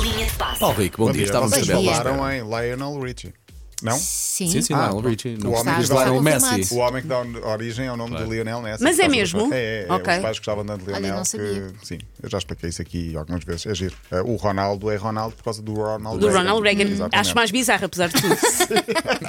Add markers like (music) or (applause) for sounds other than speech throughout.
Linha de passe. Paulo Rico, bom, dia. Estávamos a Vocês saber bela falaram em Lionel Richie. Não? Sim. Sim, sim, Ah, Lionel pronto. Richie. O Não é? homem precisas está- Lionel está Messi. O homem que dá um origem ao nome de Lionel Messi. Mas por é causa mesmo? do- É, é, é. Ok. Os pais gostavam tanto de Lionel não sabia. que. Sim, eu já expliquei isso aqui algumas vezes. É giro. Eh, o Ronaldo é Ronaldo por causa do Ronald Do Reagan. Ronald Reagan. Exatamente. Acho mais bizarro, apesar de tudo.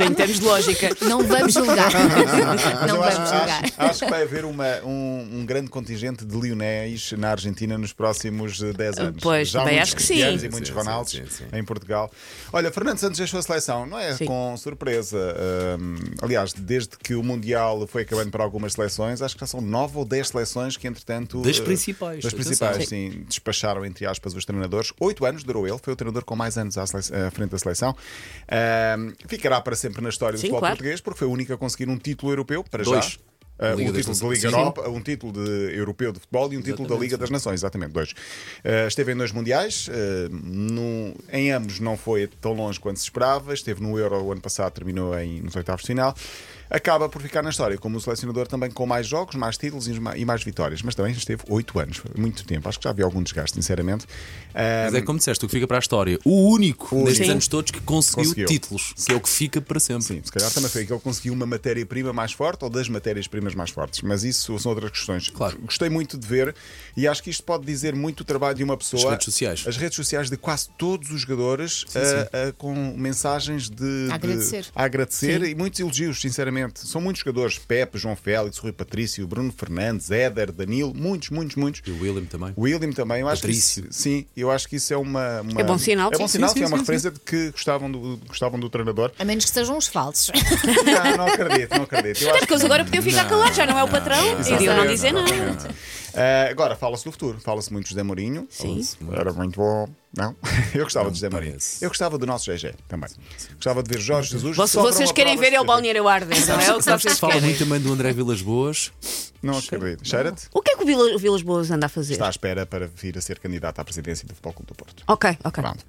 em termos de lógica. Não (laughs) vamos julgar. Mas não eu vamos acho, julgar. acho- acho que vai haver uma- um, um grande contingente de Lionéis na Argentina nos próximos eh, 10 anos. Ah, Pois, Já também muitos acho que sim. Cristianos E muitos Sim, sim, Ronaldos sim, sim. em Portugal. Olha, Fernando Santos deixou a seleção, não é Sim. com surpresa. Ahm, aliás, desde que o Mundial foi acabando para algumas seleções, acho que já são 9 ou 10 seleções que, entretanto. Das eh, principais, Das principais, sim. assim, Despacharam, entre aspas, os treinadores. 8 anos durou ele, foi o treinador com mais anos à, sele- à frente da seleção. Ahm, ficará para sempre na história do Sim, futebol claro. português, porque foi o único a conseguir um título europeu para Dois. já. Ah, Liga um das título de Nações. Liga Sim, sim. Europa, um título de europeu de futebol e um título da Exatamente, Liga das Nações, exatamente, dois. Ah, esteve em dois mundiais, ah, no- em ambos não foi tão longe quanto se esperava, esteve no Euro o ano passado, terminou em, nos oitavos de final. Acaba por ficar na história como um selecionador também com mais jogos, mais títulos e ma- e mais vitórias, mas também esteve oito anos, muito tempo. Acho que já havia algum desgaste, sinceramente. Ah, Mas é como disseste, o que fica para a história. O único destes Sim. anos todos que conseguiu, Conseguiu. títulos, que é o que fica para sempre. Sim, se calhar também foi que ele conseguiu uma matéria-prima mais forte ou das matérias-primas mais fortes. Mas isso são outras questões. Claro. Gostei muito de ver e acho que isto pode dizer muito o trabalho de uma pessoa. As redes sociais. As redes sociais de quase todos os jogadores a- a- com mensagens de. A agradecer. de- a agradecer e muitos elogios, sinceramente. São muitos jogadores: Pepe, João Félix, Rui Patrício, Bruno Fernandes, Éder, Danilo, muitos, muitos, muitos. E o William também. William também, eu acho que Patrício. isso, sim, eu acho que isso é uma, uma- É bom sinal, é bom sim, sinal, sim, que é sim, uma sim, referência de que gostavam do, gostavam do treinador. A menos que sejam os falsos. Não, não acredito, não acredito. Eu acho É, Porque eles agora podiam ficar calados, já não é o patrão. que- Decidiam não Exatamente, dizer nada. exatamente. Ah, agora, fala-se do futuro. Fala-se muito de José Mourinho. Sim. Era muito bom. Não? (laughs) Eu gostava de José Mourinho. parece. Eu gostava do nosso GG também. Gostava de ver Jorge Jesus. Vocês, Sobra vocês uma querem prova ver é o de- Balneário Arden, não é o que Sabes que vocês se fala querem? muito também do André Vilas Boas. Não acredito. Cheira-te? O que é que o Vila- Vilas Boas anda a fazer? Está à espera para vir a ser candidato à presidência do Futebol Clube do Porto. Ok, ok. Pronto.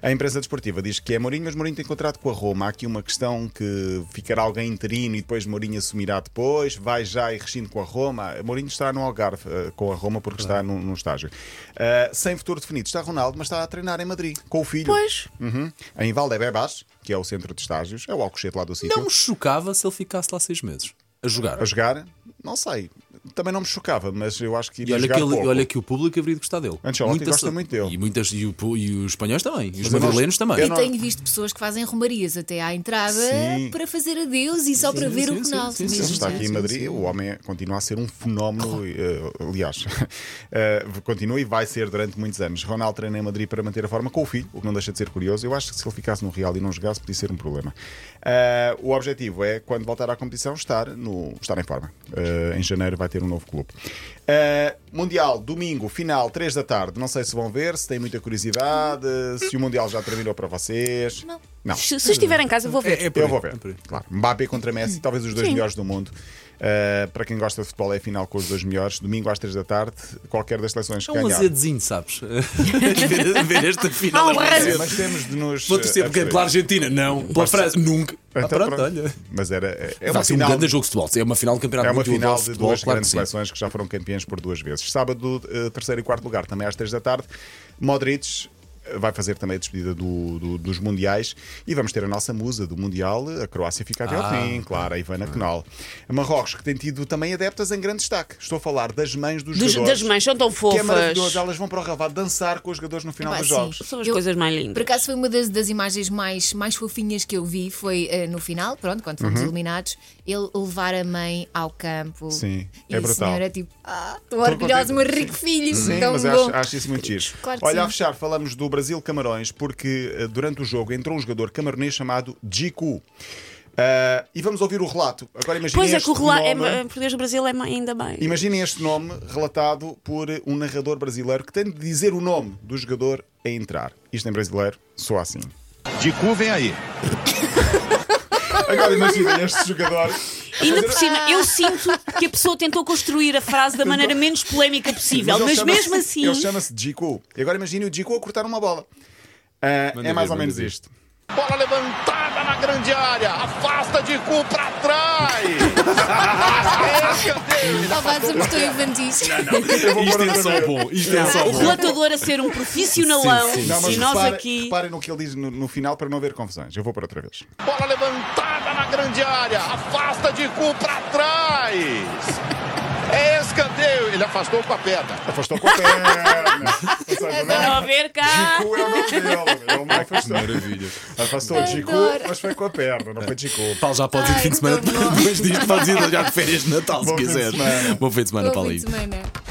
A imprensa desportiva diz que é Mourinho, mas Mourinho tem contrato com a Roma. Há aqui uma questão que ficará alguém interino e depois Mourinho assumirá depois, vai já e rescinde com a Roma. Mourinho está no Algarve eh, com a Roma porque está num, num estágio. Eh, sem futuro definido está Ronaldo, mas está a treinar em Madrid com o filho. Pois. Uhum. Em Valdebebas, que é o centro de estágios, é o Alcochete lá do sítio. Não me chocava se ele ficasse lá seis meses a jogar. A jogar, não sei. Também não me chocava, mas eu acho que E iria olha que, jogar ele- pouco. olha que o público haveria de gostar dele. Ancelotti Muita gosta so- muito dele. E, muitas, e, o pu- e os espanhóis também. E os Mas eu não- madrilenos também. eu E não- tenho visto pessoas que fazem romarias até à entrada Sim. para fazer adeus e só para ver sim, o Ronaldo. sim, sim, Ele mesmo. sim, está aqui em Madrid, sim. o homem é- continua a ser um fenómeno, eh, aliás, (laughs) eh, continua e vai ser durante muitos anos. Ronaldo treina em Madrid para manter a forma com o filho, o que não deixa de ser curioso. Eu acho que se ele ficasse no Real e não jogasse, podia ser um problema. Eh, o objetivo é, quando voltar à competição, estar, no, estar em forma. Eh, em janeiro vai ter um novo clube. Eh, mundial, domingo, final, 3 da tarde. Não sei se vão ver, se têm muita curiosidade, se o Mundial já terminou para vocês. Não. Não. Se, se estiver em casa, vou ver. É, é por Eu aí, vou é ver. por aí. Claro. Mbappé contra Messi, talvez os dois Sim. melhores do mundo. Uh, para quem gosta de futebol, é a final com os dois melhores. Domingo às três da tarde, qualquer das seleções É que um ganhar. azedezinho, sabes? (laughs) ver, ver esta final. Há um acontecer. É, mas temos de nos. Vou uh, torcer um bocadinho pela abster. Argentina, não. Pela França, nunca. Ah, Então, pronto, pronto. olha. Mas era. é- É Vai uma ser um final. grande jogo de futebol. É uma final de campeonato É uma muito bom final de de futebol, claro duas que grandes sim. seleções que já foram campeãs por duas vezes. Sábado, eh, terceiro e quarto lugar, também às três da tarde. Modric eh, vai fazer também a despedida do- do- dos Mundiais e vamos ter a nossa musa do Mundial. A Croácia fica até ao Ah, fim, claro, a Ivana Knoll. A Marrocos, que tem tido também adeptas em grande destaque. Estou a falar das mães dos, Dos- jogadores. das mães, são tão Que é fofas. Ah, maravilhoso, elas vão para o relvado dançar com os jogadores no final Epá, dos sim. jogos. São as Eu- coisas mais lindas. Por acaso foi uma das, das imagens mais, mais fofinhas que eu vi, foi eh, no final, pronto, quando Uhum. fomos eliminados, ele levar a mãe ao campo. Sim, e é a brutal. senhora tipo, ah, estou orgulhosa, contente. meu rico filho, Sim, é tão mas bom. acho, acho isso muito giro. Claro que Olha, a sim. fechar, falamos do Brasil-Camarões, porque eh, durante o jogo entrou um jogador camaronês chamado Jiku. Ah, e vamos ouvir o relato. Agora imaginem Pois é este que o relato é, nome, em português do Brasil é ma- ainda mais. Imaginem este nome relatado por um narrador brasileiro que tem de dizer o nome do jogador a entrar. Isto em brasileiro soa assim. De cu vem aí. Agora imaginem este jogador. Ainda por cima, eu sinto que a pessoa tentou construir a frase da maneira menos polémica possível, ele mas, chama-se- mesmo assim. Ele chama-se Jiku. E agora imaginem o Jiku a cortar uma bola. Ah, é Manda mais ver, ou menos manda ver. isto. Bola levantada Agora na grande área. Afasta de cu pra (laughs) trás. Arranca, David. Salvados somos tão infantis. Isto é só bom. Isto é só (laughs) O bom. relatador a ser um profissionalão Sim, sim, e sim. nós reparem, aqui. reparem no que ele diz no, no final para não haver confusões. Eu vou para outra vez. Bola levantada na grande área. Afasta de cu pra trás. É escanteio. Ele afastou com a perna. Afastou com a perna. Ou seja, não Estão é a ver cá? Gicu é o nome dele. (laughs) Ele não afastou. Maravilha. Afastou Gicu, Adoro. mas foi com a perna, não foi Gicu. Paulo já pode ir de Ai, fim de semana que bom. depois disto, podes ir já de férias de Natal se Bom fim de quiser. semana. Bom fim de semana, Boa fim Paulinho. de semana.